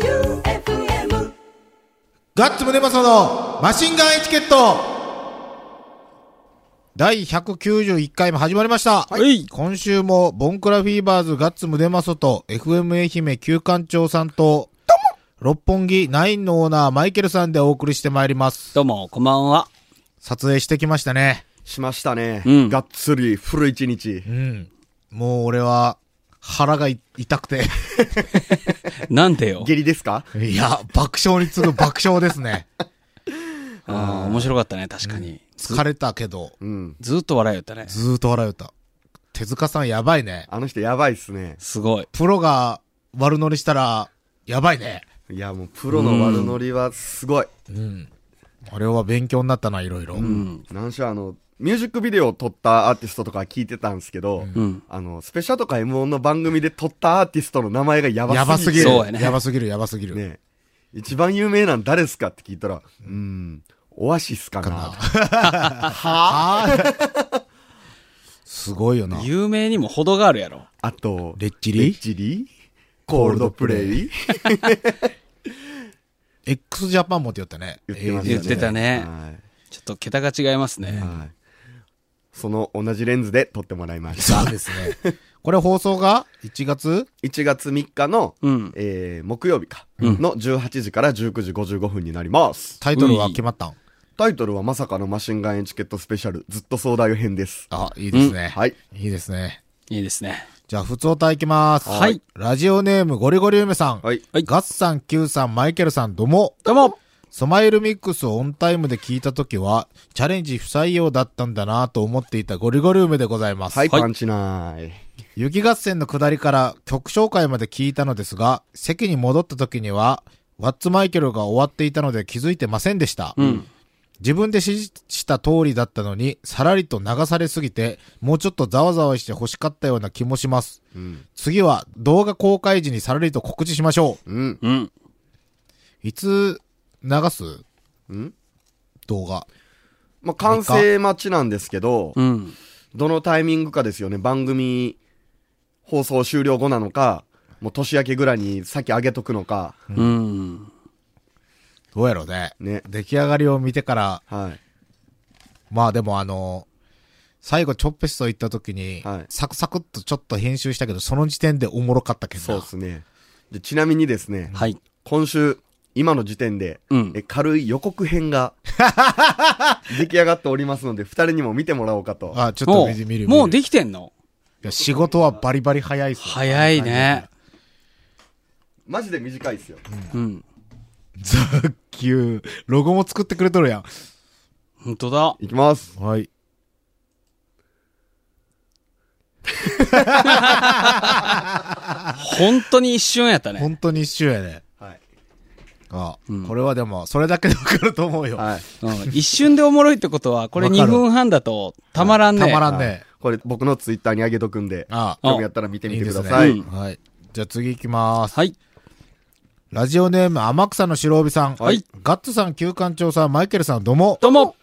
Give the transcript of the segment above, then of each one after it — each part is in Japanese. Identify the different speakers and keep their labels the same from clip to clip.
Speaker 1: J-O-E-U-F-M
Speaker 2: ガッツムネマソのマシンガンエチケット第191回も始まりました。
Speaker 3: はい。
Speaker 2: 今週も、ボンクラフィーバーズガッツムネマソと、FM 愛媛旧館長さんと、六本木ナインのオーナーマイケルさんでお送りしてまいります。
Speaker 3: どうも、こんばんは。
Speaker 2: 撮影してきましたね。
Speaker 4: しましたね。
Speaker 3: うん
Speaker 4: がっつり、フル一日
Speaker 2: う。ん。もう俺は、腹がい痛くて。
Speaker 3: なんでよ。
Speaker 4: 下痢ですか
Speaker 2: いや、爆笑に次ぐ爆笑ですね。
Speaker 3: あー面白かったね、確かに。ず
Speaker 2: 疲れたけど、
Speaker 4: うん。
Speaker 3: ずーっと笑いよったね。
Speaker 2: ずーっと笑うた。手塚さんやばいね。
Speaker 4: あの人やばいっすね。
Speaker 3: すごい。
Speaker 2: プロが悪乗りしたら、やばいね。
Speaker 4: いや、もうプロの悪ノリはすごい。
Speaker 2: あれは勉強になったな、いろいろ。
Speaker 3: うん。
Speaker 4: なんしろあの、ミュージックビデオを撮ったアーティストとか聞いてたんですけど、
Speaker 3: うん。
Speaker 4: あの、スペシャルとか M1 の番組で撮ったアーティストの名前がやばすぎ
Speaker 2: やばすぎる。
Speaker 3: そうやね
Speaker 2: やばすぎる、やばすぎる。
Speaker 4: ね一番有名なん誰っすかって聞いたら、うん、オアシスかな。
Speaker 2: はぁすごいよな。
Speaker 3: 有名にも程があるやろ。
Speaker 4: あと、
Speaker 2: レ
Speaker 4: レ
Speaker 2: ッチリ
Speaker 4: ッチリコールドプレイ
Speaker 2: x ジャパン持ってよったね。
Speaker 4: 言ってました
Speaker 3: 言
Speaker 4: ね。
Speaker 3: ってたね。
Speaker 4: はい。
Speaker 3: ちょっと桁が違いますね。
Speaker 4: はい。その同じレンズで撮ってもらいまし
Speaker 2: そ
Speaker 4: た
Speaker 2: う。ですね。これ放送が1月
Speaker 4: 1月3日の、
Speaker 3: うん
Speaker 4: えー木曜日か、の18時から19時55分になります。
Speaker 2: タイトルは決まったん
Speaker 4: タイトルはまさかのマシンガンエチケットスペシャル、ずっと壮大編です。
Speaker 2: あ、いいですね。
Speaker 4: はい。
Speaker 2: いいですね。
Speaker 3: いいですね。
Speaker 2: じゃあ、普通歌いきます。
Speaker 3: はい。
Speaker 2: ラジオネーム、ゴリゴリ梅さん。
Speaker 4: はい。
Speaker 3: はい
Speaker 2: ガッツさん、キューさん、マイケルさん、どうも。
Speaker 3: どうも
Speaker 2: スマイルミックスをオンタイムで聞いたときは、チャレンジ不採用だったんだなと思っていたゴリゴリ梅でございます。
Speaker 4: はい、パンチナイ。
Speaker 2: 雪合戦の下りから曲紹介まで聞いたのですが、席に戻った時には、ワッツ・マイケルが終わっていたので気づいてませんでした。自分で指示した通りだったのに、さらりと流されすぎて、もうちょっとざわざわして欲しかったような気もします。次は動画公開時にさらりと告知しましょう。
Speaker 4: うん。
Speaker 3: うん。
Speaker 2: いつ流す
Speaker 4: ん
Speaker 2: 動画。
Speaker 4: まあ、完成待ちなんですけど、
Speaker 3: うん。
Speaker 4: どのタイミングかですよね。番組、放送終了後なのか、もう年明けぐらいに先上げとくのか、
Speaker 3: うん。
Speaker 2: どうやろうね。
Speaker 4: ね
Speaker 2: 出来上がりを見てから、
Speaker 4: はい。
Speaker 2: まあでもあの最後チョッペスト行った時に、
Speaker 4: はい
Speaker 2: サクサクっとちょっと編集したけど、その時点でおもろかったけど
Speaker 4: そう
Speaker 2: な。
Speaker 4: ですね。でちなみにですね、
Speaker 3: はい。
Speaker 4: 今週、今の時点で、
Speaker 3: うん
Speaker 4: え軽い予告編が、出来上がっておりますので、二人にも見てもらおうかと。
Speaker 2: あ、ちょっ
Speaker 3: も
Speaker 2: と見る見る
Speaker 3: う、
Speaker 2: 見る
Speaker 3: もうできてんの
Speaker 2: いや仕事はバリバリ早いっすよ
Speaker 3: 早いね。
Speaker 4: マジで短いですよ。
Speaker 3: うん。
Speaker 2: ザ ッキュー。ロゴも作ってくれとるや
Speaker 3: 本当だ。
Speaker 4: いきます。
Speaker 2: ん。はい。
Speaker 3: 本当に一瞬やったね。
Speaker 2: 本当に一瞬やね。
Speaker 4: はい。
Speaker 2: あ、これはでも、それだけでわかると思うよ。
Speaker 4: はい。
Speaker 3: うん一瞬でおもろいってことは、これ
Speaker 2: わか
Speaker 3: 2
Speaker 2: る
Speaker 3: 分半だとたまらんね。
Speaker 2: たまら
Speaker 3: ん。
Speaker 2: んね。
Speaker 4: これ僕のツイッターに上げとくんで、
Speaker 2: あ
Speaker 4: 興味あったら見て
Speaker 2: い
Speaker 4: み
Speaker 2: い
Speaker 4: て
Speaker 2: で
Speaker 4: く
Speaker 2: す
Speaker 4: だ
Speaker 2: ね。
Speaker 4: さい。
Speaker 3: うん
Speaker 2: はい。じゃあ次行きます。
Speaker 3: はい。
Speaker 2: ラジオネーム、天草の白帯さん。
Speaker 3: はい。
Speaker 2: ガッツさん、旧館長さん、マイケルさん、どうも。
Speaker 3: どうも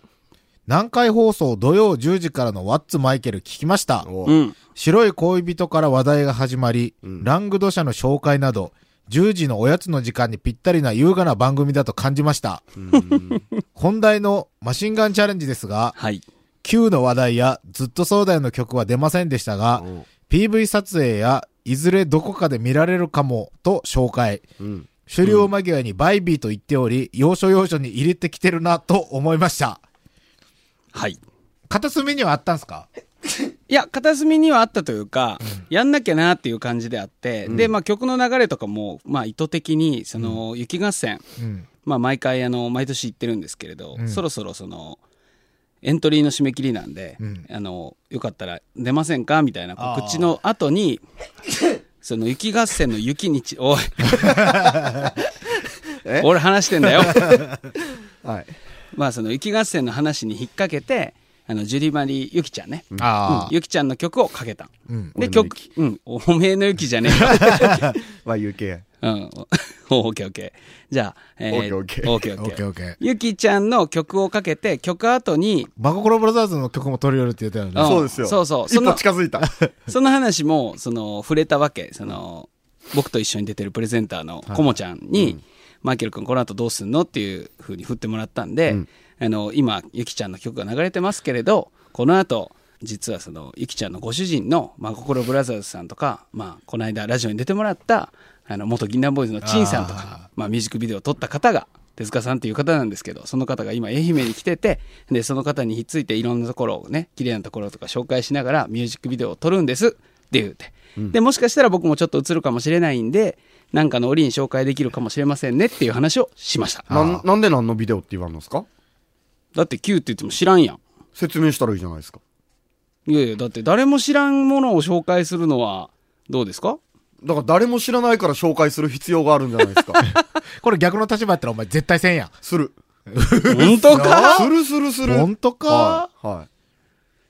Speaker 2: 南海放送土曜10時からのワッツマイケル聞きました。
Speaker 4: おう
Speaker 3: うん。
Speaker 2: 白い恋人から話題が始まり、
Speaker 4: うん
Speaker 2: ラングド社の紹介など、10時のおやつの時間にぴったりな優雅な番組だと感じました。本題のマシンガンチャレンジですが、
Speaker 3: はい。
Speaker 2: Q の話題やずっと壮大の曲は出ませんでしたが、
Speaker 4: おう
Speaker 2: PV 撮影やいずれどこかで見られるかもと紹介。
Speaker 4: うん。
Speaker 2: 終了間際にバイビーと言っており、要所要所に入れてきてるなと思いました。
Speaker 3: はい。
Speaker 2: 片隅にはあったんすか
Speaker 3: いや、片隅にはあったというか、やんなきゃなっていう感じであって、で、まあ曲の流れとかも、まあ意図的に、その、雪合戦、
Speaker 2: うん。
Speaker 3: まあ毎回、あの、毎年行ってるんですけれど、
Speaker 2: ん
Speaker 3: そろそろその、エントリーの締め切りなんで、
Speaker 2: うん
Speaker 3: あの、よかったら出ませんかみたいな告知の後 に、その雪合戦の雪日、おい
Speaker 4: え。
Speaker 3: 俺話してんだよ。
Speaker 4: はい。
Speaker 3: まあその雪合戦の話に引っ掛けて、あの、ジュリマリゆきちゃんね。
Speaker 2: あ
Speaker 3: うんゆきちゃんの曲をかけたん。
Speaker 2: ん
Speaker 3: で、曲、うん、おめえのゆきじゃねえよ。
Speaker 4: YUK。
Speaker 3: うん、 おオッケーオッケー。じゃあ、え
Speaker 4: オッケー
Speaker 3: オ
Speaker 4: オ
Speaker 3: ッケー
Speaker 2: あ、
Speaker 3: オ
Speaker 2: オッ
Speaker 3: ッケ
Speaker 2: ケ
Speaker 3: ー
Speaker 2: ーオッケー。
Speaker 3: ゆきちゃんの曲をかけて、曲後に、
Speaker 2: マココロブラザーズの曲も取り寄るって言ったよね。
Speaker 3: ん
Speaker 4: そうですよ。
Speaker 3: そうそう
Speaker 4: 一
Speaker 3: その
Speaker 4: 歩近づいた。
Speaker 3: その話も、その、触れたわけ。その、僕と一緒に出てるプレゼンターのコモちゃんに、マイケル君この後どうすんのっていうふうに振ってもらったんで、あの、今、ゆきちゃんの曲が流れてますけれど、この後、実はその、ゆきちゃんのご主人の、まあ、心ブラザーズさんとか、まあ、この間ラジオに出てもらった、あの、元銀杏ボーイズの陳さんとか、まあ、ミュージックビデオを撮った方が、手塚さんっていう方なんですけど、その方が今愛媛に来てて、で、その方にひっついていろんなところをね、綺麗なところとか紹介しながらミュージックビデオを撮るんですって言うて。で、もしかしたら僕もちょっと映るかもしれないんで、なんかの折に紹介できるかもしれませんねっていう話をしました。
Speaker 4: なん、なんで何のビデオって言わんのですか
Speaker 3: だって Q って言っても知らんやん。
Speaker 4: 説明したらいいじゃないですか。
Speaker 3: いやいや、だって誰も知らんものを紹介するのはどうですか
Speaker 4: だから誰も知らないから紹介する必要があるんじゃないですか。
Speaker 2: これ逆の立場やったらお前絶対せん やん。
Speaker 4: する。
Speaker 3: 本当か
Speaker 4: するするする。
Speaker 2: 本当か
Speaker 4: はい。はい。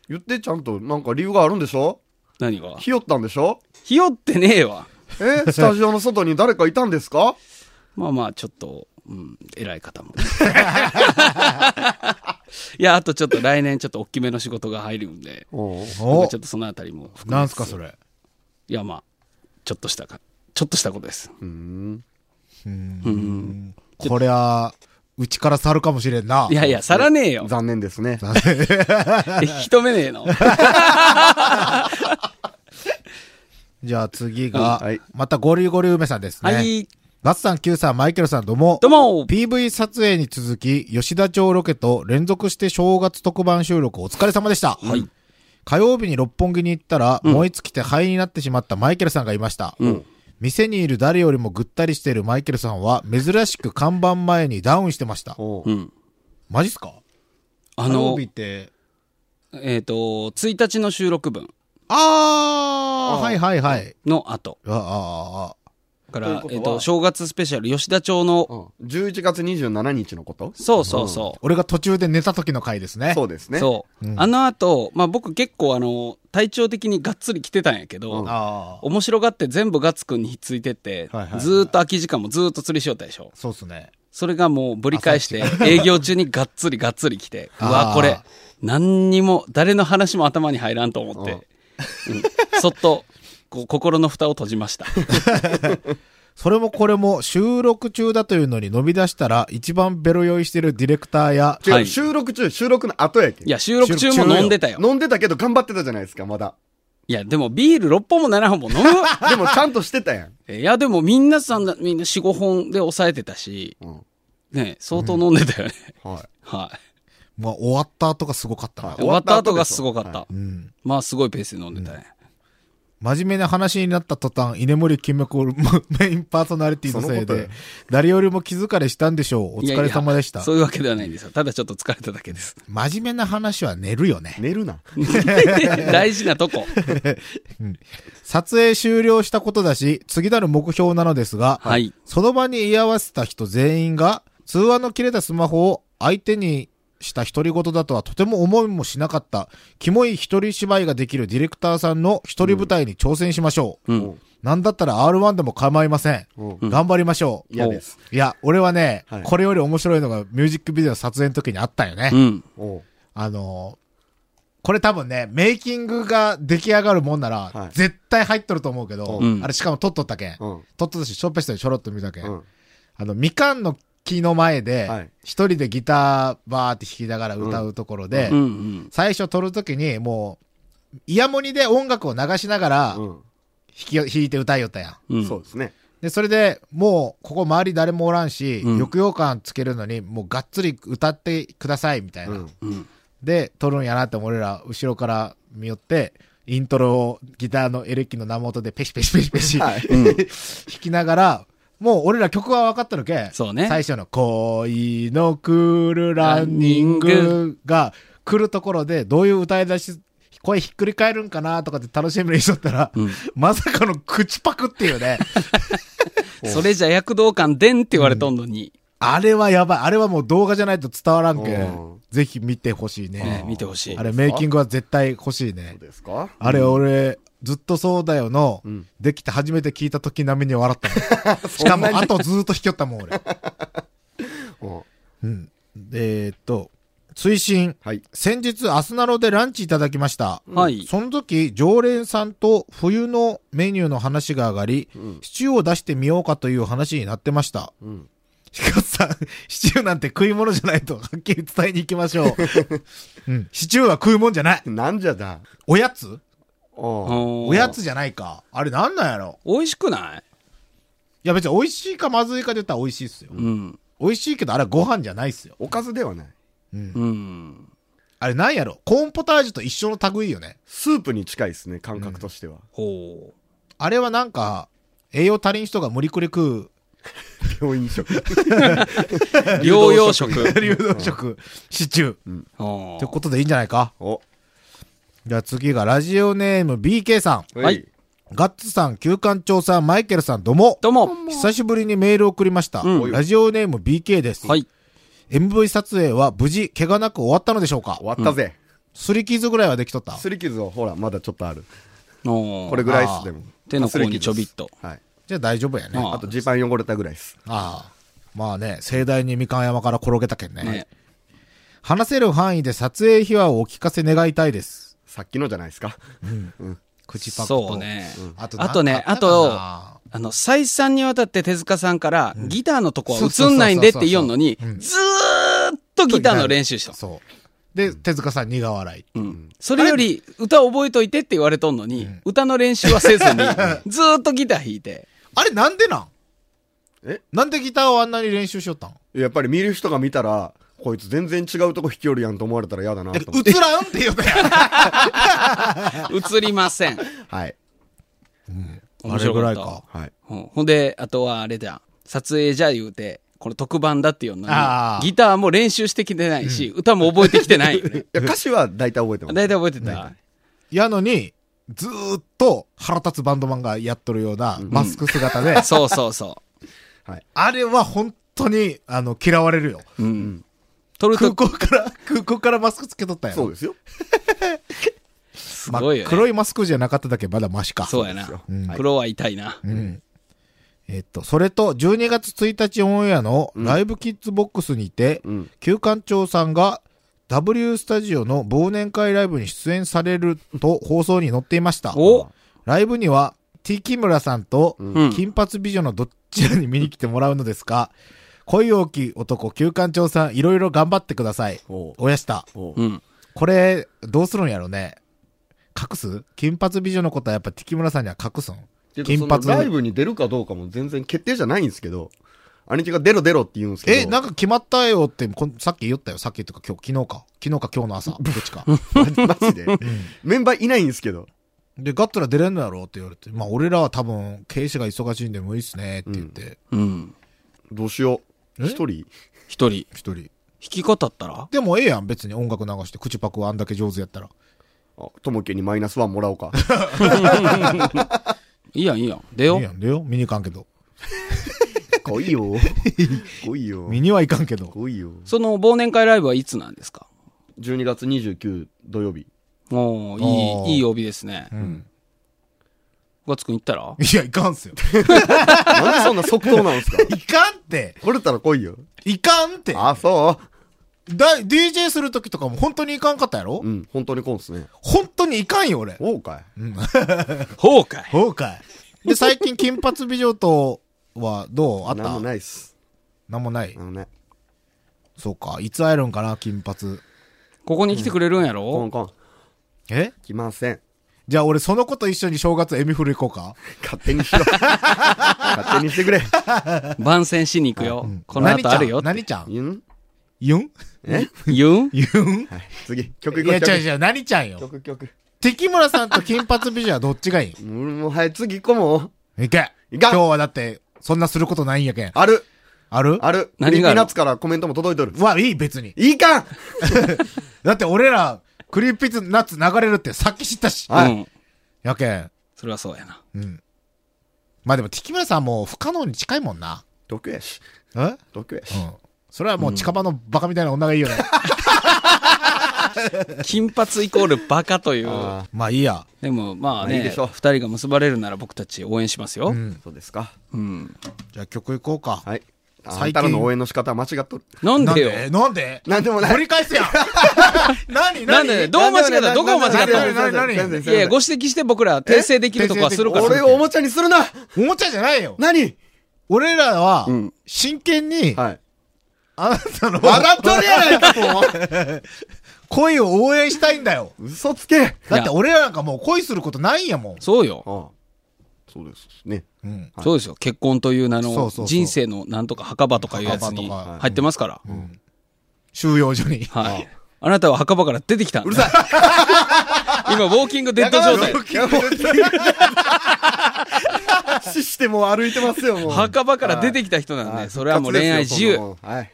Speaker 4: 言ってちゃんと、なんか理由があるんでしょ
Speaker 3: 何が
Speaker 4: ひよったんでしょ
Speaker 3: ひよってねえわ。
Speaker 4: えスタジオの外に誰かいたんですか
Speaker 3: まあまあ、ちょっと、うん、偉い方も。 いや、あとちょっと来年ちょっと大きめの仕事が入るんで、
Speaker 4: お
Speaker 3: なん
Speaker 4: う
Speaker 3: か
Speaker 2: お
Speaker 3: ちょっとそのあたりも含め
Speaker 2: なんすかそれ。
Speaker 3: いや、まあ、ちょっとしたか、ちょっとしたことです。
Speaker 4: うん。
Speaker 2: こりゃ、うちから去るかもしれんな。
Speaker 3: いやいや、さらねえよ。
Speaker 4: 残念ですね。
Speaker 3: 一目ね えの。
Speaker 2: じゃあ次が、
Speaker 4: うんはい
Speaker 2: またゴリゴリ梅さんですね。
Speaker 3: はい、
Speaker 2: バツさん、キューさん、マイケルさん、どうも。
Speaker 3: どうも
Speaker 2: PV 撮影に続き、吉田町ロケと連続して正月特番収録お疲れ様でした。
Speaker 3: はい
Speaker 2: 火曜日に六本木に行ったら、燃え尽きて灰になってしまったマイケルさんがいました。店にいる誰よりもぐったりしているマイケルさんは、珍しく看板前にダウンしてました。
Speaker 4: おう
Speaker 3: うん。
Speaker 2: マジっすか
Speaker 3: あ
Speaker 2: 火曜
Speaker 3: の
Speaker 2: 日、って、
Speaker 3: えっ、と、1日の収録分
Speaker 2: あーはいはいはい。
Speaker 3: の後
Speaker 2: ああ、ああ、
Speaker 3: か
Speaker 4: という
Speaker 3: ら
Speaker 4: こ、と
Speaker 3: え
Speaker 4: は
Speaker 3: っ、と、正月スペシャル、吉田町の、
Speaker 4: うん11月27日のこと
Speaker 3: そうそうそう、
Speaker 2: 俺が途中で寝た時の回ですね。
Speaker 4: そうですね。
Speaker 3: そう、あの後、まあ僕結構あの、体調的にがっつり来てたんやけど、
Speaker 2: ああ、
Speaker 3: 面白がって全部ガッツくんにひっついてって、
Speaker 2: はいはいはい
Speaker 3: ずーっと空き時間もずーっと釣りしよったでしょ。
Speaker 2: そうっすね。
Speaker 3: それがもうぶり返して、営業中にがっつりがっつり来て、う
Speaker 2: あ
Speaker 3: わ、
Speaker 2: ー
Speaker 3: これ、何にも、誰の話も頭に入らんと思って、うんそっと、こう心の蓋を閉じました。
Speaker 2: それもこれも収録中だというのに飲み出したら一番ベロ酔いしてるディレクターや、
Speaker 4: 違う
Speaker 3: はい
Speaker 4: 収録中、収録の後やけ
Speaker 3: いや、収録中も飲んでたよ。
Speaker 4: 飲んでたけど頑張ってたじゃないですか、まだ。
Speaker 3: いや、でもビール6本も7本も飲む
Speaker 4: でもちゃんとしてたやん。
Speaker 3: いや、でもみんなさんだ、みんな4、5本で抑えてたし、
Speaker 4: ん
Speaker 3: ね、相当飲んでたよね。
Speaker 4: はい。
Speaker 3: はい。
Speaker 2: まあ終わった後がすごかったな。
Speaker 3: 終
Speaker 4: 終
Speaker 3: わ
Speaker 4: わ
Speaker 3: っ
Speaker 4: ったた
Speaker 3: 後
Speaker 4: 後
Speaker 3: が
Speaker 4: ですし
Speaker 3: ご
Speaker 4: ょ
Speaker 3: かった。
Speaker 2: ん
Speaker 3: まあ、すごいペースで飲んでたね。
Speaker 2: 真面目な話になった途端、居眠り金脈をメインパーソナリティのせい
Speaker 4: そのこと
Speaker 2: で
Speaker 4: よ、
Speaker 2: 誰よりも気疲れしたんでしょう。お
Speaker 3: いやい
Speaker 2: 疲
Speaker 3: や
Speaker 2: れ様でした。
Speaker 3: そういうわけではないんですよ。ただちょっと疲れただ けです。
Speaker 2: 真面目な話は寝るよね。
Speaker 4: 寝るな。
Speaker 3: 大事なとこ。
Speaker 2: 撮影終了したことだし、次なる目標なのですが、
Speaker 3: はい
Speaker 2: その場に居合わせた人全員が、通話の切れたスマホを相手にした独り言だとはとても思いもしなかった、キモい一人芝居ができるディレクターさんの一人舞台に挑戦しましょう。
Speaker 3: うん。
Speaker 2: なんだったら R1 でも構いません。
Speaker 4: うん
Speaker 2: 頑張りましょう。
Speaker 4: 嫌です。
Speaker 2: いや、俺はね、
Speaker 4: はい
Speaker 2: これより面白いのがミュージックビデオ撮影の時にあったよね。
Speaker 3: うん。
Speaker 4: おう
Speaker 2: あのーこれ多分ね、メイキングが出来上がるもんなら、
Speaker 4: はい
Speaker 2: 絶対入っとると思うけど、
Speaker 3: うん
Speaker 2: あれしかも撮っとったけん。
Speaker 4: うん
Speaker 2: 撮っとったし、ショーペストでちょろっと見たけん。
Speaker 4: うん
Speaker 2: あの、みかんの木の前で
Speaker 4: はい、
Speaker 2: 一、人でギターバーって弾きながら歌うところで、
Speaker 3: うんうん。
Speaker 2: 最初撮るときにもう、イヤモニで音楽を流しながら
Speaker 4: う
Speaker 2: 弾
Speaker 4: ん
Speaker 2: きよ、弾いて歌いよったやん。
Speaker 3: うん。
Speaker 4: そうですね。
Speaker 2: で、それでもう、ここ周り誰もおらんし、
Speaker 3: うん
Speaker 2: 抑揚感つけるのに、もうがっつり歌ってください、みたいな。
Speaker 4: うん
Speaker 3: うん。
Speaker 2: で、撮るんやなって思う俺ら、後ろから見よって、イントロをギターのエレキの名元でペシペシペシペシ、
Speaker 4: は
Speaker 2: 弾きながら、もう俺ら曲は分かったのけ。
Speaker 3: そうね
Speaker 2: 最初の恋の来るランニングが来るところで、どういう歌い出し、声ひっくり返るんかなとかって楽しみにしとったら、まさかの口パクっていうね。
Speaker 3: それじゃ躍動感でんって言われとんのに、
Speaker 2: あれはやばい。あれはもう動画じゃないと伝わらんけ
Speaker 4: うん
Speaker 2: ん。ぜひ見てほしい
Speaker 3: ね
Speaker 2: ね。
Speaker 3: 見てほしい
Speaker 2: あ。れメイキングは絶対欲しい
Speaker 4: そ
Speaker 2: ね
Speaker 4: う。ですか
Speaker 2: あれ俺、ずっとそうだよの、
Speaker 4: ん
Speaker 2: できて初めて聞いた時並みに笑ったもんしかも、あとずっと弾きよったもん、俺。
Speaker 4: お
Speaker 2: う
Speaker 4: う
Speaker 2: ん。えーっと、追伸。
Speaker 4: はい。
Speaker 2: 先日、アスナロでランチいただきました。
Speaker 3: はい
Speaker 2: その時、常連さんと冬のメニューの話が上がり、シチューを出してみようかという話になってました。
Speaker 4: ん
Speaker 2: ヒカスさん、 シチューなんて食い物じゃないとはっきり伝えに行きましょう。うん、シチューは食い物じゃない。
Speaker 4: なんじゃだ。
Speaker 2: おやつ
Speaker 4: お
Speaker 3: お
Speaker 2: おやつじゃないか。あれなんなんやろ
Speaker 3: 美味しくない
Speaker 2: いや別に美味しいかまずいかで言ったら美味しいっすよ。
Speaker 3: うん。
Speaker 2: 美味しいけどあれはご飯じゃないっすよ。
Speaker 4: おかずではない。
Speaker 3: うん。
Speaker 2: あれなんやろコーンポタージュと一緒の類いよね。
Speaker 4: スープに近いですね、感覚としては。
Speaker 3: ほ
Speaker 2: あれはなんか、栄養足りん人が無理くり食う
Speaker 4: 病院食。
Speaker 3: う。 療養食。
Speaker 2: 流動食、シチュー。
Speaker 3: ほ
Speaker 2: という
Speaker 3: う
Speaker 2: ことでいいんじゃないか
Speaker 4: お。
Speaker 2: じゃあ次がラジオネーム BK さ
Speaker 3: はい。
Speaker 2: ん。ガッツさん、旧館長さん、マイケルさん、どうも。
Speaker 3: どうも。
Speaker 2: 久しぶりにメールを送りました。
Speaker 3: うん
Speaker 2: ラジオネーム BK です。
Speaker 3: はい。
Speaker 2: MV 撮影は無事、怪我なく終わったのでしょうか
Speaker 4: 終わったぜ。
Speaker 2: すり傷ぐらいはできとった
Speaker 4: 擦り傷を、ほら、まだちょっとある。
Speaker 3: こ
Speaker 4: これぐらいっす、でも。
Speaker 3: 手の甲
Speaker 4: 擦り傷
Speaker 3: にちょびっと
Speaker 4: ですはい。
Speaker 2: じゃあ大丈夫やね。
Speaker 3: あ
Speaker 2: あ
Speaker 3: あ
Speaker 4: あと、ジーパン汚れたぐらいっす。
Speaker 2: あ。まあね、盛大にみかん山から転げたけんね。
Speaker 3: ね。
Speaker 2: 話せる範囲で撮影秘話をお聞かせ願いたいです。
Speaker 4: さっきのじゃないですか。
Speaker 2: 口パクと。
Speaker 3: そう。ね。
Speaker 2: あと
Speaker 3: あとね、
Speaker 2: なん
Speaker 3: あ
Speaker 2: かったか
Speaker 3: と
Speaker 2: な、
Speaker 3: あの、再三にわたって手塚さんから、ギターのとこは映んないんでって言おうのに、
Speaker 2: そ
Speaker 3: ず
Speaker 2: うそう
Speaker 3: ーっとギターの練習したの。
Speaker 2: そう。で、手塚さん苦笑い。
Speaker 3: うんそれより、歌覚えといてって言われとんのに、歌の練習はせず に、ずーっとギター弾いて。
Speaker 2: あれなんでなん
Speaker 4: え
Speaker 2: なんでギターをあんなに練習しよったん
Speaker 4: やっぱり見る人が見たら、こいつ全然違うとこ引き寄るやんと思われたら嫌だなと思って。
Speaker 2: 映らんって言うたやん。
Speaker 3: 映りま せん。
Speaker 4: はい。
Speaker 2: あ
Speaker 3: 面
Speaker 2: れ
Speaker 3: 白
Speaker 2: ぐ
Speaker 3: からっ
Speaker 2: い
Speaker 3: た
Speaker 2: か。
Speaker 4: はい。
Speaker 3: うんほんで、あとはあれじゃん。撮影じゃ言うて、これ特番だっていうのに
Speaker 2: あ、ー
Speaker 3: ギターも練習してきてないし、歌も覚えてきて ないよね。
Speaker 4: いや、歌詞は大体覚えてます。
Speaker 3: 大体覚えてた。
Speaker 2: やのに、ずーっと腹立つバンドマンがやっとるようなマスク姿で、
Speaker 3: そうそうそ
Speaker 2: あれは本当に、あの、嫌われ るよ。
Speaker 3: う。うん。撮る
Speaker 2: 空
Speaker 3: と、
Speaker 2: 港から、空港からマスクつけとったやん。
Speaker 4: そうですよ。
Speaker 3: す
Speaker 2: まあ
Speaker 3: ごいよね。
Speaker 2: 黒いマスクじゃなかっただけまだマシか。
Speaker 3: そうやな。黒は痛いな。
Speaker 2: えっと、それと、12月1日オンエアのライブキッズボックスにて、
Speaker 4: ん
Speaker 2: 旧館長さんが W スタジオの忘年会ライブに出演されると放送に載っていました。
Speaker 3: お
Speaker 2: ライブには、T 木村さんと
Speaker 3: ん、
Speaker 2: 金髪美女のどちらに見に来てもらうのですが、恋大きい男、旧館長さん、いろいろ頑張ってください。
Speaker 4: おう
Speaker 2: おやした。
Speaker 4: おう
Speaker 3: うん。
Speaker 2: これ、どうするんやろうね。隠す金髪美女のことはやっぱ T 木村さんには隠すん
Speaker 4: けど
Speaker 2: 金髪
Speaker 4: そのライブに出るかどうかも全然決定じゃないんですけど、兄貴が出ろ出ろって言うんですけど。
Speaker 2: え、なんか決まったよって、こんさっき言ったよ。さっきとか今日、昨日か。昨日か今日の 朝。どっちか。
Speaker 4: マジで。メンバーいないんですけど。
Speaker 2: で、ガットラ出れんのやろって言われて。まあ、俺らは多分、経営者が忙しいんで無理っすねって言って。
Speaker 3: うん。
Speaker 4: どうしよ
Speaker 2: え
Speaker 4: う。一人
Speaker 3: 一人。
Speaker 2: 一、人。
Speaker 3: 弾き語ったら
Speaker 2: でもええやん、別に音楽流して。口パクはあんだけ上手やったら。
Speaker 4: あともけにマイナスワンもらおう か。
Speaker 3: いいやん、いいやん。出
Speaker 2: え
Speaker 3: よ
Speaker 2: えや
Speaker 3: う。
Speaker 2: んでよ。見に行かんけど。
Speaker 4: 来いよ。来いよ。
Speaker 2: 見には行かんけど。
Speaker 4: 来いよ。
Speaker 3: その忘年会ライブはいつなんですか
Speaker 4: 12月29土曜日。
Speaker 3: お
Speaker 2: あ
Speaker 3: お
Speaker 2: ー
Speaker 3: いい、いい曜日ですね。うん。ガツくん行ったら
Speaker 2: いや、行かんっすよ。
Speaker 4: なんでそんな即答なんですか
Speaker 2: 行かんって
Speaker 4: 来れたら来いよ。
Speaker 2: 行かんって
Speaker 4: あ、そ
Speaker 2: だ、DJ するときとかも本当に行かんかったやろ、
Speaker 4: ううん、本当に来んすね。
Speaker 2: 本当に行かんよ、俺。
Speaker 4: おうかい。
Speaker 3: ほうかい。
Speaker 2: そうかい。で、最近、金髪美女とはどうあ
Speaker 4: あ
Speaker 2: った
Speaker 4: なんもないっす。
Speaker 2: なんもない
Speaker 4: あ。のね。
Speaker 2: そうか。いつ会えるんかな、金髪。
Speaker 3: ここに来てくれるんや
Speaker 4: こ
Speaker 3: ろ
Speaker 4: んこん。
Speaker 2: え
Speaker 4: 来ません。
Speaker 2: じゃあ俺その子と一緒に正月エミフル行こうか。
Speaker 4: 勝手にしろ。勝手にしてくれ。
Speaker 3: 番宣しに行くよ。この後あるよ。
Speaker 2: 何ちゃん
Speaker 4: うん
Speaker 2: ユン
Speaker 3: 言うん
Speaker 2: ユン
Speaker 4: はい。次。曲
Speaker 2: い
Speaker 4: 行こ
Speaker 2: や、
Speaker 4: う。
Speaker 2: 違う
Speaker 4: 曲
Speaker 2: 違う、何ちゃんよ。
Speaker 4: 曲曲。
Speaker 2: 敵村さんと金髪美女はどっちがいい
Speaker 4: うんもう、はい、次行こうもう。
Speaker 2: いけ
Speaker 4: い
Speaker 2: 今
Speaker 4: かん
Speaker 2: 日はだって、そんなすることないんやけん。
Speaker 4: ある。
Speaker 2: ある
Speaker 4: ある。
Speaker 3: 何がある
Speaker 4: クリーピーナッツからコメントも届いとる。
Speaker 2: わ、いい、別に。
Speaker 4: いいかん
Speaker 2: だって俺ら、クリーピーナッツ流れるってさっき知ったし。
Speaker 4: はい。
Speaker 3: うん。
Speaker 2: やけん。
Speaker 3: それはそうやな。
Speaker 2: まあでも敵村さんもう不可能に近いもんな。
Speaker 4: 東京やし。
Speaker 2: えうん。
Speaker 4: 東京やし。
Speaker 2: それはもう近場のバカみたいな女がいいよね。
Speaker 3: 金髪イコールバカという。
Speaker 4: あ
Speaker 2: まあいいや。
Speaker 3: でもまあ
Speaker 4: まあいい
Speaker 3: ね、
Speaker 4: でし
Speaker 3: 二
Speaker 4: ょう
Speaker 3: 人が結ばれるなら僕たち応援しますよ。
Speaker 2: ん
Speaker 4: あ、そうですか。
Speaker 3: うん。
Speaker 2: じゃあ曲行こうか。
Speaker 4: はい。あんたらの応援の仕方は間違っとる。
Speaker 3: なんでよ。
Speaker 2: なんで
Speaker 4: なんでもない
Speaker 2: 取り返 すやん何
Speaker 3: な
Speaker 2: 何
Speaker 3: んでどう間違ったどこを間違った
Speaker 2: の
Speaker 4: 何何何何
Speaker 3: いやいやご指摘して僕ら訂正できるとこはするから。
Speaker 4: 俺をおもちゃにするな
Speaker 2: おもちゃじゃないよ
Speaker 4: 何
Speaker 2: 俺らは
Speaker 3: うん、
Speaker 2: 真剣に、
Speaker 4: はい。
Speaker 2: あなたの
Speaker 4: 笑っとるやないか、もう。
Speaker 2: 恋を応援したいんだよ。
Speaker 4: 嘘つけ
Speaker 2: だって俺らなんかもう恋することないんやもん。
Speaker 3: そうよ。
Speaker 4: ああそうですね。
Speaker 2: うん。
Speaker 4: はい
Speaker 3: そうですよ。結婚という名
Speaker 2: そう
Speaker 3: の
Speaker 2: そうそ、う
Speaker 3: 人生のなんとか墓場とかいうやつに
Speaker 2: 墓場とか
Speaker 3: 入ってますから。
Speaker 2: 収容所に。
Speaker 3: はい。あなたは墓場から出てきたんだ。うるさい 今、ウォーキングデッド状態。
Speaker 4: 死してもう歩いてますよ、もう。
Speaker 3: 墓場から出てきた人なんで、それはもう恋愛自由。
Speaker 4: 復活ですよ。そんなもんはい。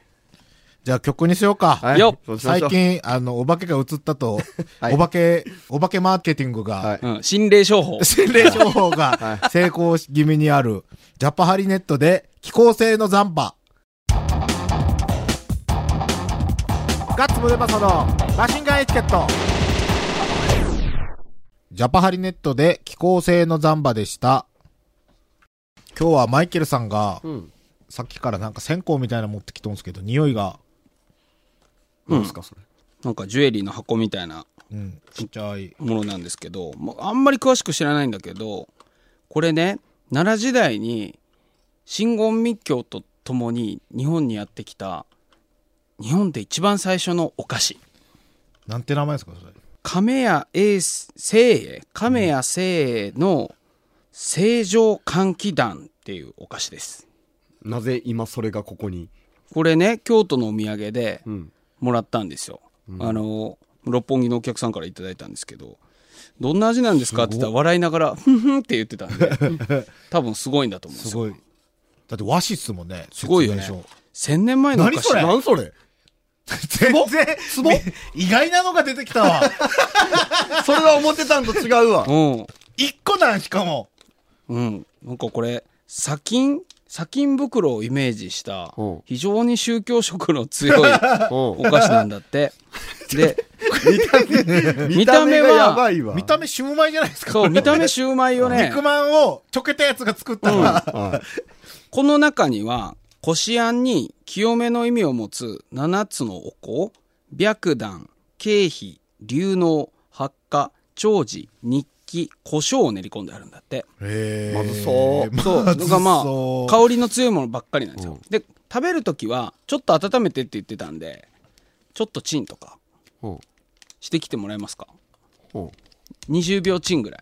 Speaker 2: じゃあ曲にしようか。
Speaker 4: はい
Speaker 3: よっ
Speaker 4: そうしましょ
Speaker 2: 最
Speaker 4: う
Speaker 2: 近、あの、お化けが映ったと、
Speaker 4: はい
Speaker 2: お化け、お化けマーケティング
Speaker 4: は
Speaker 2: が
Speaker 4: い、
Speaker 3: うん。心霊商法。
Speaker 2: 心霊情報が成功し気味にある、ジャパハリネットで、気候性の残波。ガッツムデパソのマシンガンエチケット。ジャパハリネットで気候性の残波でした。今日はマイケルさんが、
Speaker 4: うん。
Speaker 2: さっきからなんか線香みたいなの持ってきとんすけど、匂いが、
Speaker 4: どうですか、それ。
Speaker 3: なんかジュエリーの箱みたいな
Speaker 2: うん、ちっちゃい。
Speaker 3: ものなんですけど、まああんまり詳しく知らないんだけど、これね、奈良時代に、真言密教とともに日本にやってきた、日本で一番最初のお菓子。
Speaker 2: なんて名前ですか、それ。
Speaker 3: 亀屋英聖栄亀屋聖栄の正常換気団っていうお菓子です
Speaker 4: なぜ今それがここに。
Speaker 3: これね京都のお土産で
Speaker 4: うん。
Speaker 3: もらったんですよ、あの六本木のお客さんからいただいたんですけどどんな味なんですかって言ったら笑いながら「ふんふん」って言ってたんで多分すごいんだと思うんです
Speaker 2: す
Speaker 3: よ
Speaker 2: ごい。だって和紙っすもんね。
Speaker 3: すごいよね
Speaker 2: 説明書
Speaker 3: 1000年前のお菓
Speaker 2: 何そ
Speaker 3: 子
Speaker 2: れ
Speaker 4: なんそれ
Speaker 2: 全然、意外なのが出てきた わ。
Speaker 4: それは思ってたんと違うわ。
Speaker 3: うん
Speaker 2: 一個なんしかも。
Speaker 3: うん、なんかこれ砂金砂金袋をイメージした
Speaker 4: うん
Speaker 3: 非常に宗教色の強い
Speaker 4: お
Speaker 3: お菓子なんだって。 で、
Speaker 4: 見
Speaker 3: た目は
Speaker 4: がやばいわ。
Speaker 2: 見た目シュウマイじゃないですか。
Speaker 3: そう、見た目シューマイよね
Speaker 2: 肉。まんをちょけたやつが作ったら、
Speaker 4: は
Speaker 3: この中には、こしあんに清めの意味を持つ7つのお香、白檀、経費、龍脳、発火、長寿、日記、胡椒を練り込んであるんだって。
Speaker 2: へ
Speaker 4: まずそう
Speaker 2: まず
Speaker 3: そう。だからまあ、
Speaker 2: そう
Speaker 3: 香りの強いものばっかりなんですよ。で、食べるときは、ちょっと温めてって言ってたんで、ちょっとチンとか
Speaker 4: い。うん。
Speaker 3: してきてもらえますか
Speaker 4: うん。
Speaker 3: ?20 秒チンぐらい。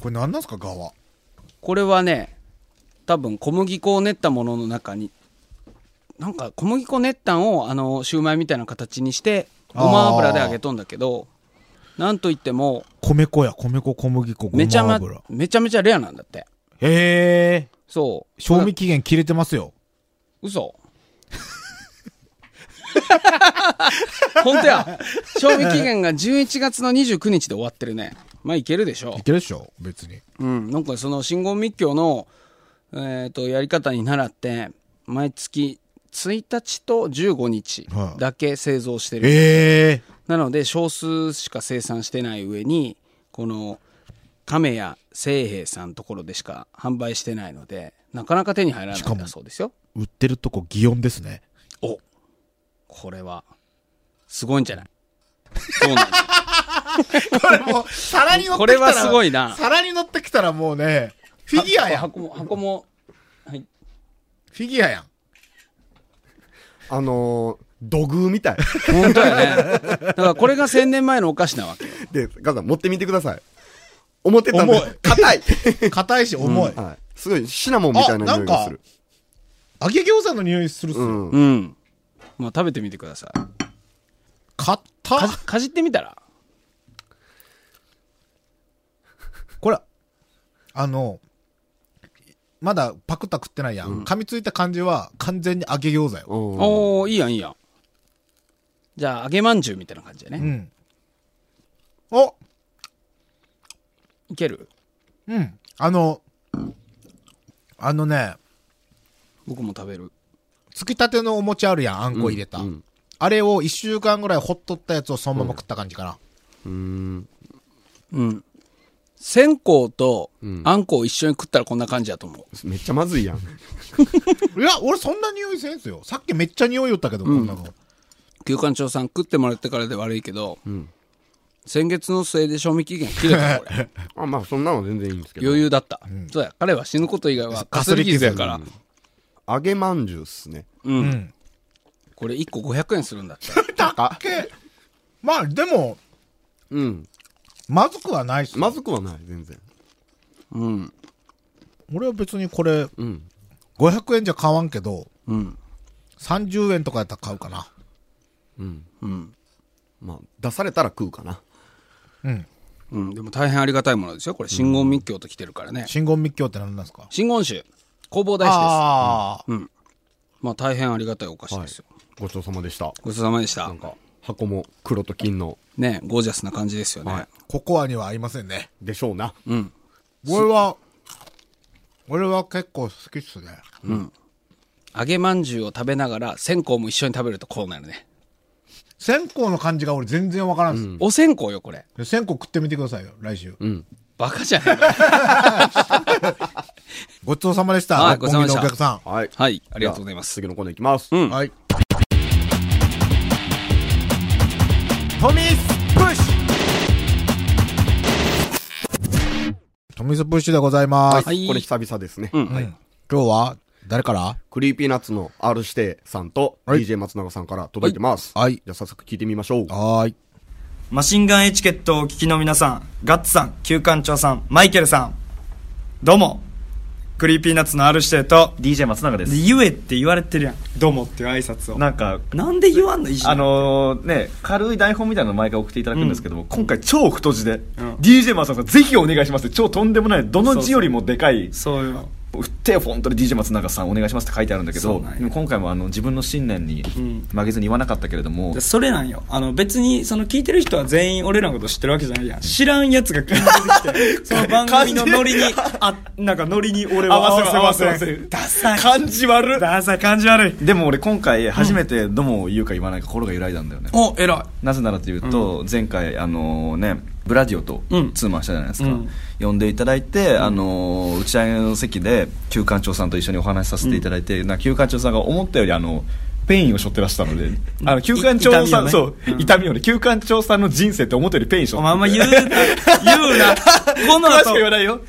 Speaker 2: これ何なんすか、側。
Speaker 3: これはね多分小麦粉を練ったものの中になんか小麦粉練ったんをあのシューマイみたいな形にしてごま油で揚げとんだけどなんといっても
Speaker 2: 米粉や、米粉、小麦粉、ご
Speaker 3: めちゃ,、
Speaker 2: ま
Speaker 3: ま
Speaker 2: 油。、
Speaker 3: めちゃめちゃレアなんだって
Speaker 2: へえ。
Speaker 3: そう
Speaker 2: 賞味期限切れてますよ。
Speaker 3: 嘘本当や賞味期限が11月の29日で終わってるねまあいけるでしょう
Speaker 2: いけるでしょ別に。
Speaker 3: うん、なんかその真言密教の、えー、とやり方に倣って毎月1日と15日
Speaker 2: はい
Speaker 3: だけ製造してる、
Speaker 2: ええ。
Speaker 3: なので少数しか生産してない上にこの亀や清兵さんのところでしか販売してないのでなかなか手に入らない
Speaker 2: しか
Speaker 3: ん
Speaker 2: も
Speaker 3: だそうですよ
Speaker 2: 売ってるとこ、祇園ですね。
Speaker 3: おこれはすごい んじゃないそうなんです
Speaker 2: これもう、皿に乗
Speaker 3: これはすごいな
Speaker 2: 皿に乗ってきたらもうね、フィギュアやん。フ
Speaker 3: 箱も箱もはい
Speaker 2: ィギュアやん。
Speaker 4: あのー、土偶みたい。
Speaker 3: 本当やねだからこれが1000年前のお菓子なわけよ
Speaker 4: で、ガザ持ってみてください。思ってたんで
Speaker 2: 重い
Speaker 4: 硬い。
Speaker 2: 硬いし重い。
Speaker 4: はい。すごいシナモンみたいな匂いがする。
Speaker 2: 揚げ餃子の匂いするっす
Speaker 4: う
Speaker 2: よ。
Speaker 4: ん。
Speaker 3: うん。まあ食べてみてください。
Speaker 2: 硬
Speaker 3: か
Speaker 2: っ
Speaker 3: じかじってみたら
Speaker 2: これ、あの、まだパクった食ってないやん。噛みついた感じは完全に揚げ餃子よ。
Speaker 4: お
Speaker 3: おおいいやんいいやん。じゃあ揚げまんじゅうみたいな感じでね。
Speaker 2: うん。お
Speaker 3: いける
Speaker 2: うん。あの、あのね、
Speaker 3: 僕も食べる。
Speaker 2: つきたてのお餅あるやん、あんこ入れた。
Speaker 4: うん
Speaker 2: あれを一週間ぐらいほっとったやつをそのまま食った感じかな。
Speaker 4: うん。
Speaker 3: うん。線香と
Speaker 4: うん
Speaker 3: あんこを一緒に食ったらこんな感じだと思う。
Speaker 4: めっちゃまずいやん。
Speaker 2: いや、俺そんな匂いせんすよ。さっきめっちゃ匂いよったけど、こんなの。
Speaker 3: 旧館長さん食ってもらってからで悪いけど、先月の末で賞味期限切れたの俺
Speaker 4: あ、まあ、そんなのは全然いいんですけど。
Speaker 3: 余裕だった、そうや彼は死ぬこと以外はか
Speaker 2: かす
Speaker 3: すり
Speaker 2: り
Speaker 3: 傷
Speaker 2: 傷
Speaker 3: やから、
Speaker 4: 揚げまんじゅうっすね。
Speaker 2: うん。
Speaker 3: これ1個500円するんだって
Speaker 2: 高っけ。まあ、でも、
Speaker 4: うん。
Speaker 2: まずくはないっす。
Speaker 4: まずくはない、全然。
Speaker 3: うん
Speaker 2: 俺は別にこれ、
Speaker 4: うん。
Speaker 2: 500円じゃ買わんけど、
Speaker 3: うん
Speaker 2: 30円とかやったら買うかな。
Speaker 4: うん。
Speaker 3: うん
Speaker 4: まあ、出されたら食うかな。
Speaker 2: うん。
Speaker 3: うん、でも大変ありがたいものですよ。これ、真言密教と来てるからね。
Speaker 2: 真言密教って何なんですか
Speaker 3: 真言宗、弘法大師です。
Speaker 2: ああ、
Speaker 3: まあ、大変ありがたいお菓子ですよ。
Speaker 4: ごちそうさまでした。
Speaker 3: ごちそうさまでした
Speaker 4: なん。か、箱も黒と金の、
Speaker 3: ね、ゴージャスな感じですよね。
Speaker 4: はい
Speaker 2: ココアには合いませんね。
Speaker 4: でしょうな。
Speaker 3: うん。
Speaker 2: 俺は、俺は結構好きっすね。
Speaker 3: 揚げまんじゅうを食べながら、線香も一緒に食べるとこうなるね。
Speaker 2: 線香の感じが俺全然わからんっす。
Speaker 3: お線香よ、これ。
Speaker 2: で線香食ってみてくださいよ、来週。
Speaker 3: バカじゃない
Speaker 2: ごちそうさまでした。
Speaker 3: はい
Speaker 2: 六本木のお客さん。
Speaker 4: はい。
Speaker 3: はい、ありがとうございます。
Speaker 4: 次のコーナーいきます。
Speaker 3: うん。
Speaker 2: はい。
Speaker 4: トミースプッシ
Speaker 2: トミスプッシュでございます。
Speaker 3: はい
Speaker 4: これ久々ですね。
Speaker 3: うん
Speaker 2: うん今日は、誰から
Speaker 4: クリーピーナッツの R 指定さんと
Speaker 2: はい
Speaker 4: DJ 松永さんから届いてます。
Speaker 2: はい
Speaker 4: じゃあ早速聞いてみましょう。
Speaker 2: はーい。
Speaker 5: マシンガンエチケットをお聞きの皆さん、ガッツさん、旧館長さん、マイケルさん。どうも。クリーピーナッツのある指定と、
Speaker 6: DJ 松永で
Speaker 5: です言えって言われてるやん。どうもっていう挨拶を。な
Speaker 6: なんか
Speaker 5: んで言わんのいじめ
Speaker 6: あ、のね軽い台本みたいなのを毎回送っていただくんですけども、今回超太字で、
Speaker 5: ん
Speaker 6: DJ 松永さんぜひお願いしますって超とんでもないどの字よりもでかい
Speaker 5: そうよ。
Speaker 6: うってフォントで DJ 松永さんお願いしますって書いてあるんだけ
Speaker 5: そ
Speaker 6: ど
Speaker 5: うなんや
Speaker 6: でも今回もあの自分の信念に
Speaker 5: ん
Speaker 6: 負けずに言わなかったけれども、
Speaker 5: それなんよ。あの、別に、その聞いてる人は全員俺らのこと知ってるわけじゃないやん。知らんやつが聞いてき て、その番組のノリに、あ、なんかノリに俺は
Speaker 6: 合わせる
Speaker 5: る
Speaker 6: 合わせる
Speaker 5: ダサい。感じ悪い。ダサい、感じ悪い。
Speaker 6: でも俺今回初めてどうも言うか言わないか心が揺らいだんだよね、
Speaker 5: お、偉い。
Speaker 6: なぜならというと、前回あのねブラディオと
Speaker 5: うん
Speaker 6: ツーマンしたじゃないですか、
Speaker 5: うん
Speaker 6: 呼んでいただいて、あの打ち上げの席で旧館長さんと一緒にお話しさせていただいて、な旧館長さんが思ったよりあのペインを背負ってらしたので、あの旧館長さ
Speaker 5: い痛みを
Speaker 6: ん、
Speaker 5: ね
Speaker 6: そう、
Speaker 5: うん
Speaker 6: 痛みをね、旧館長さんの人生って思ったよりペインしょ
Speaker 5: お前あんま言うな、言う な。この
Speaker 6: 詳しく
Speaker 5: 後
Speaker 6: は、言わないよ。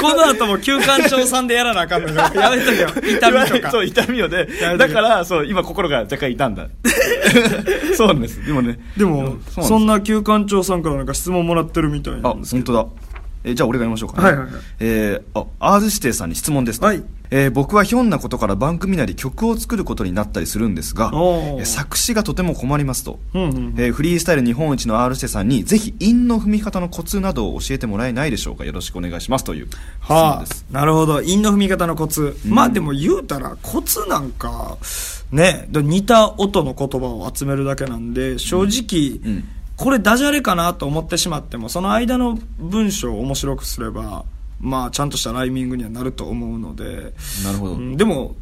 Speaker 5: この後も休館長さんでやらなあかんのよ。やめとけよ。痛みとか。
Speaker 6: そう、痛みをね。
Speaker 5: やめと
Speaker 6: だ
Speaker 5: け
Speaker 6: から、そう、今心が若干 痛んだ。 そうなんです。でもね。
Speaker 5: でも、
Speaker 6: そう
Speaker 5: そ
Speaker 6: なん
Speaker 5: な休館長さんからなんか質問もらってるみたい
Speaker 6: あ、
Speaker 5: なんですけ
Speaker 6: 本
Speaker 5: ど。
Speaker 6: 当だ。えーじゃあ俺が言いましょうかね。
Speaker 5: はいはいはい
Speaker 6: えーあ、アーズ指定さんに質問ですと。
Speaker 5: はい
Speaker 6: えー僕はひょんなことから番組なり曲を作ることになったりするんですが、え
Speaker 5: おー
Speaker 6: ー作詞がとても困りますと。
Speaker 5: うんうんうん
Speaker 6: えーフリースタイル日本一の R 指定さんに、ぜひ韻の踏み方のコツなどを教えてもらえないでしょうか。よろしくお願いしますという質問
Speaker 5: は
Speaker 6: です。
Speaker 5: あ、なるほど。韻の踏み方のコツ。まあでも言うたら、コツなんか、ね、で似た音の言葉を集めるだけなんで、正直、
Speaker 6: うん
Speaker 5: これダジャレかなと思ってしまっても、その間の文章を面白くすれば、まあちゃんとしたライミングにはなると思うので、
Speaker 6: なるほど。
Speaker 5: うんでも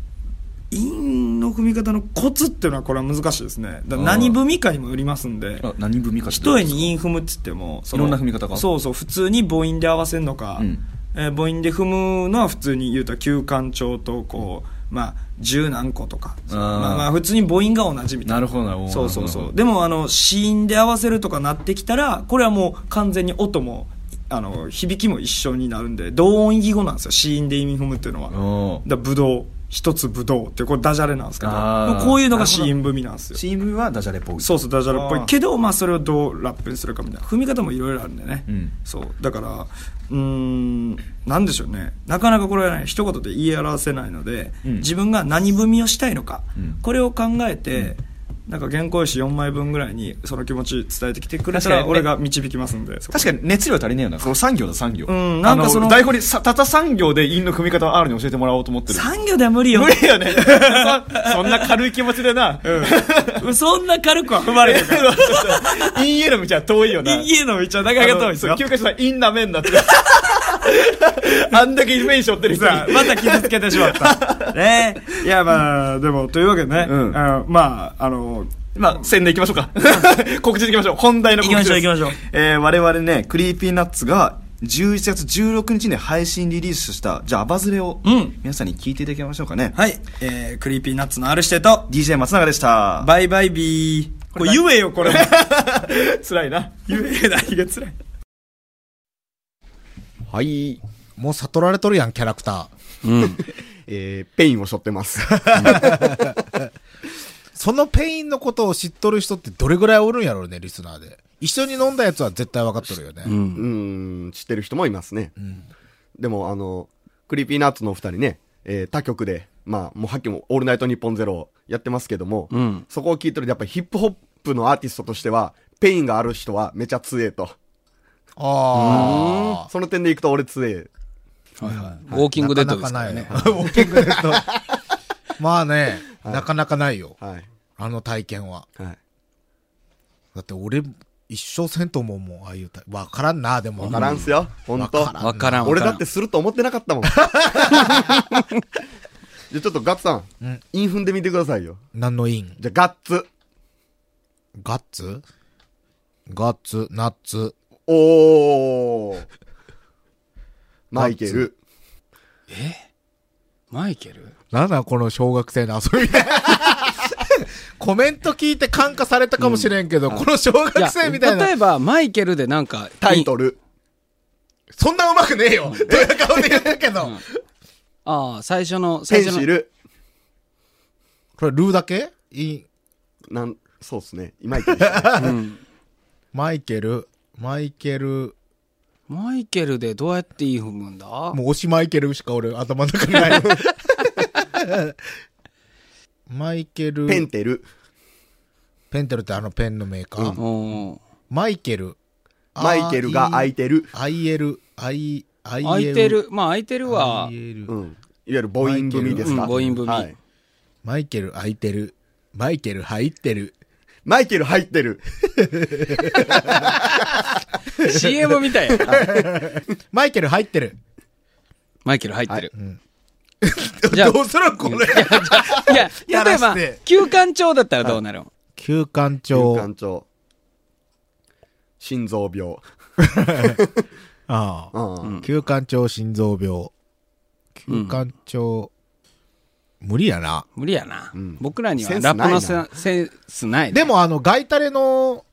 Speaker 5: 韻の踏み方のコツっていうのはこれは難しいですねだから何踏みかにもよりますんで
Speaker 6: あ何踏みか
Speaker 5: 一重に
Speaker 6: 韻。
Speaker 5: 韻踏むっつってもそ
Speaker 6: いろんな踏み方が
Speaker 5: そうそう普通に母音で合わせるのか、
Speaker 6: うん
Speaker 5: えー母音で踏むのは普通に言うたら休館長とこう、まあ十何個とか
Speaker 6: あー
Speaker 5: まあ、まあ普通に母音が同じみたいな
Speaker 6: なるほどなるほど
Speaker 5: そうそうそ
Speaker 6: なるほ
Speaker 5: う
Speaker 6: ど
Speaker 5: でもあの子音で合わせるとかなってきたらこれはもう完全に音もあの響きも一緒になるんで同音異義語なんですよ子音で意味踏むっていうのは
Speaker 6: おー
Speaker 5: だぶどう一つぶどうってこれダジャレなんですけど
Speaker 6: あー
Speaker 5: こういうのが死因踏みなんですよ
Speaker 6: チームはダジャレっぽい。
Speaker 5: そうそうダジャレっぽ
Speaker 6: あ
Speaker 5: い
Speaker 6: ー
Speaker 5: けどまあそれをどうラップにするかみたいな踏み方もいろいろあるんでね、
Speaker 6: うん
Speaker 5: そうだからうーんなんでしょうねなかなかこれはね一言で言い表せないので、
Speaker 6: うん
Speaker 5: 自分が何踏みをしたいのか、
Speaker 6: うん
Speaker 5: これを考えて、なんか原稿用紙4枚分ぐらいにその気持ち伝えてきてくれた
Speaker 6: 確かに
Speaker 5: ら
Speaker 6: ね
Speaker 5: 俺が導きますんでそこ
Speaker 6: 確かに熱量足りねえよな。その産業だ、産業。
Speaker 5: うんなんか
Speaker 6: あ
Speaker 5: その
Speaker 6: 台本にさ、たった産業で韻の組み方を R に教えてもらおうと思ってる。
Speaker 5: 産業では無理よ
Speaker 6: 無理よね。そそんな軽い気持ちでな。
Speaker 5: そんな軽くは踏まれてるから
Speaker 6: 韻への道は遠 いよな。
Speaker 5: 家の道はなかなか遠いですよ
Speaker 6: あのそう休暇所さん、韻なめんな って。あんだけイメージしょってる人に
Speaker 5: さあ、また傷つけ てしまった。ねいや、まあ、でも、というわけでね、
Speaker 6: うん
Speaker 5: あのまあ、あの、
Speaker 6: まあ、宣伝行きましょうか。 告知行きましょう。本題の告知です。
Speaker 5: 行きましょう行きましょ
Speaker 6: う。えー、我々ね、クリーピーナッツが、11月16日に配信リリースした、じゃあ、アバズレを、
Speaker 5: うん
Speaker 6: 皆さんに聞いていただきましょうかね。
Speaker 5: はい。えー、クリーピーナッツの R してと、
Speaker 6: DJ 松永でした。
Speaker 5: バイバイビー。これ言えよ、こ れ。
Speaker 6: 辛いな。
Speaker 5: 言えないが辛い。
Speaker 4: はい。
Speaker 2: もう悟られとるやん、キャラクター。
Speaker 4: えー、ペインを背負って ます。
Speaker 2: そのペインのことを知っとる人ってどれぐらいおるんやろうね、リスナーで。一緒に飲んだやつは絶対分かっとるよね。
Speaker 4: うーん、知ってる人もいますね。でも、あの、クリーピーナッツのお二人ね、えー他局で、まあ、もうはっきりも、オールナイトニッポンゼロをやってますけども、そこを聞いてると、やっぱりヒップホップのアーティストとしては、ペインがある人はめちゃ強えと。
Speaker 2: ああ。
Speaker 4: その点でいくと俺強え。
Speaker 3: ウォーキングデッドですか
Speaker 2: な
Speaker 3: ら
Speaker 2: かな
Speaker 3: ね。
Speaker 2: かない よ。ウォーキングデッド。 まあね、なかなかないよ。
Speaker 4: はい。
Speaker 2: あの体験は。
Speaker 4: はい。
Speaker 2: だって俺、一生せんと思うもん、ああいう体。わからんな、でも。
Speaker 4: わからんすよ、ほんと。
Speaker 3: わからん。
Speaker 4: 俺
Speaker 3: わから
Speaker 4: だ
Speaker 3: ん
Speaker 4: ってすると思ってな かったもん。じゃあちょっとガッツさん、イン踏んでみてくださいよ。
Speaker 2: 何のイン
Speaker 4: じゃあガッツ。
Speaker 2: ガッツガッツ、ナッツ。
Speaker 4: おー。マイケル。
Speaker 3: マイケル
Speaker 2: なんだこの小学生の遊び コメント聞いて感化されたかもしれんけど、この小学
Speaker 3: いや
Speaker 2: 生みたいな
Speaker 3: 例。えば、マイケルでなんか、
Speaker 4: タイト
Speaker 3: ル。
Speaker 4: ル。
Speaker 2: そんなうまくねえよ。どういう顔で言ったけど。
Speaker 3: ああ、最初の、
Speaker 4: ペ
Speaker 3: 最
Speaker 4: ン
Speaker 3: 初
Speaker 4: シ
Speaker 3: の。
Speaker 4: ル。
Speaker 2: これ、ルーだけイン、
Speaker 4: なん、そうっすね。いまいちでしたね。
Speaker 2: マイケル、マイケル、
Speaker 3: マイケルでどうやっていい踏むんだ
Speaker 2: もう推しマイケルしか俺頭の中にない。マイケル、
Speaker 4: ペンテル。
Speaker 2: ペンテルってあのペンのメーカー。
Speaker 3: うん。
Speaker 2: マイケル。
Speaker 4: マイケルが空いてる。
Speaker 2: IL、I、IL。
Speaker 3: 空いて。る。まあ、空いてるは、
Speaker 4: うん
Speaker 2: IL。。
Speaker 4: いわゆる母音組です
Speaker 3: マイケルう
Speaker 4: か
Speaker 3: ん母音組
Speaker 4: はい。
Speaker 2: マイケル空いてる。マイケル入ってる。
Speaker 4: マイケル入ってる。
Speaker 3: CM みたいやな。
Speaker 2: マイケル入ってる。
Speaker 3: マイケル入ってる。じゃあ
Speaker 2: どうするこれ。
Speaker 3: いや、
Speaker 2: や
Speaker 3: 例え
Speaker 2: ら
Speaker 3: ば
Speaker 2: せて、
Speaker 3: 休館長だったらどうなるん
Speaker 2: 休館
Speaker 4: 副
Speaker 2: 長。
Speaker 4: 館長。心臓病。
Speaker 2: ああ。
Speaker 4: うん。
Speaker 2: 休館長心臓病。休館長、無理やな。
Speaker 3: 無理やな。僕らには
Speaker 4: センス
Speaker 3: ラップの
Speaker 4: ない
Speaker 3: せセンスない。
Speaker 2: で、もあの、ガイタレの、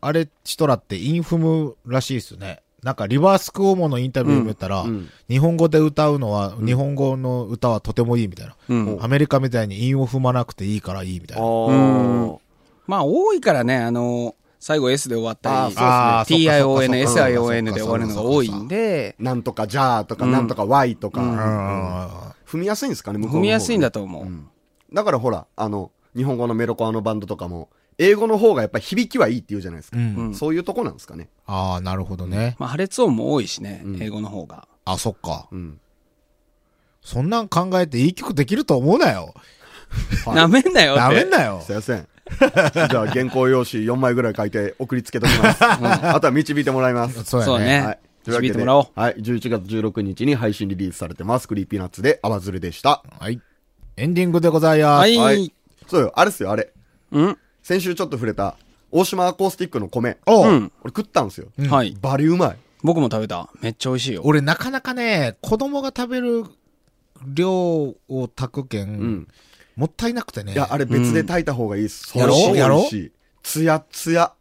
Speaker 2: あれ、シトラってインフムらしいっすね。なんか、リバースクオモのインタビュー見たら、日本語で歌うのは、日本語の歌はとてもいいみたいな。
Speaker 3: うん
Speaker 2: アメリカみたいに韻を踏まなくていいからいいみたい
Speaker 4: あ
Speaker 2: な。
Speaker 4: ー。
Speaker 3: まあ、多いからね、あの、最後 S で終わったり、
Speaker 2: あーそうっすねあーそっかそっか
Speaker 3: TION、
Speaker 2: そっか
Speaker 3: SION で終わるのが多いんで、
Speaker 4: なんとかじゃーとか、なんとかわいと
Speaker 2: う
Speaker 4: か。
Speaker 2: ん
Speaker 4: 踏みやすいんですかね、向こ
Speaker 3: 踏
Speaker 4: うの方が
Speaker 3: みやすいんだと思う。
Speaker 4: だからほら、あの、日本語のメロコアのバンドとかも、英語の方がやっぱり響きはいいって言うじゃないですか。そういうとこなんですかね。
Speaker 2: ああ、なるほどね。
Speaker 3: まあ、破裂音も多いしね、英語の方が。
Speaker 2: あ、そっか。
Speaker 4: ん
Speaker 2: そんなん考えていい曲できると思うなよ。
Speaker 3: なめんなよって。
Speaker 2: ダメんなよ
Speaker 4: す。いません。 じゃあ原稿用紙4枚ぐらい書いて送りつけときます。あとは導いてもらいます。
Speaker 2: そうやね。
Speaker 3: そうね
Speaker 4: はい。というわけ
Speaker 3: 導いて
Speaker 4: で、
Speaker 3: もらおう
Speaker 4: はい。11月16日に配信リリースされてます。クリーピーナッツで、アバズルでした。
Speaker 2: はい。エンディングでございます。
Speaker 3: はい
Speaker 4: はい。そうよ、あれっすよ、あれ。
Speaker 3: うん
Speaker 4: 先週ちょっと触れた、大島アコースティックの米。
Speaker 2: おう
Speaker 3: うん。
Speaker 4: 俺食ったんすよ。
Speaker 3: はい。
Speaker 4: バリうまい。
Speaker 3: 僕も食べた。めっちゃ美味しいよ。
Speaker 2: 俺なかなかね、子供が食べる量を炊くけん、
Speaker 4: ん
Speaker 2: もったいなくてね。
Speaker 4: いや、あれ別で炊いた方がいいっす。
Speaker 2: うんやろ
Speaker 4: そう
Speaker 2: やろ
Speaker 4: 美味しいつやつや。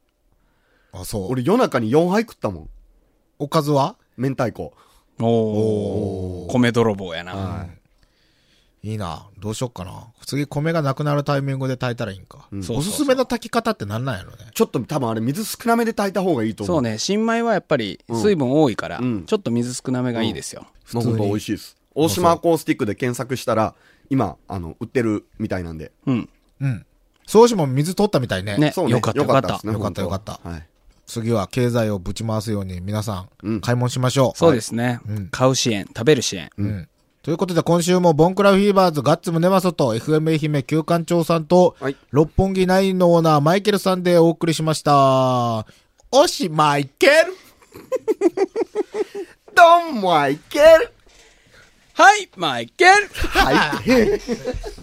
Speaker 2: あ、そう。
Speaker 4: 俺夜中に4杯食ったもん。
Speaker 2: おかずは
Speaker 4: 明太子。
Speaker 3: おー。米泥棒やな。
Speaker 2: いいな。どうしよっかな。次米がなくなるタイミングで炊いたらいいんか。
Speaker 3: そうそうそう
Speaker 2: おすすめの炊き方ってなんなんやろね。
Speaker 4: ちょっと多分あれ水少なめで炊いた方がいいと思う。
Speaker 3: そうね、新米はやっぱり水分多いから
Speaker 4: ん、
Speaker 3: ちょっと水少なめがいいですよ。
Speaker 4: の
Speaker 2: 通に
Speaker 4: ほんと美味しいです。大島アコースティックで検索したら、今、あの、売ってるみたいなんで。
Speaker 3: うん。
Speaker 2: うん。そうしも水取ったみたいね。
Speaker 3: ね
Speaker 4: そうね。
Speaker 3: よかった
Speaker 4: ですね
Speaker 2: よかった
Speaker 4: ほんと
Speaker 2: よかっ
Speaker 4: はい。
Speaker 2: 次は経済をぶち回すように皆さ、
Speaker 4: うんん
Speaker 2: 買い物しましょう。
Speaker 3: そうですね
Speaker 2: ん。
Speaker 3: 買う支援、食べる支援。
Speaker 2: うん。ということで、今週もボンクラフィーバーズガッツムネマソと FM 愛媛旧館長さんと、
Speaker 4: はい
Speaker 2: 六本木ナインのオーナーマイケルさんでお送りしました。おしマイケル
Speaker 4: ドンマイケル
Speaker 3: はい、マイケル
Speaker 4: はい。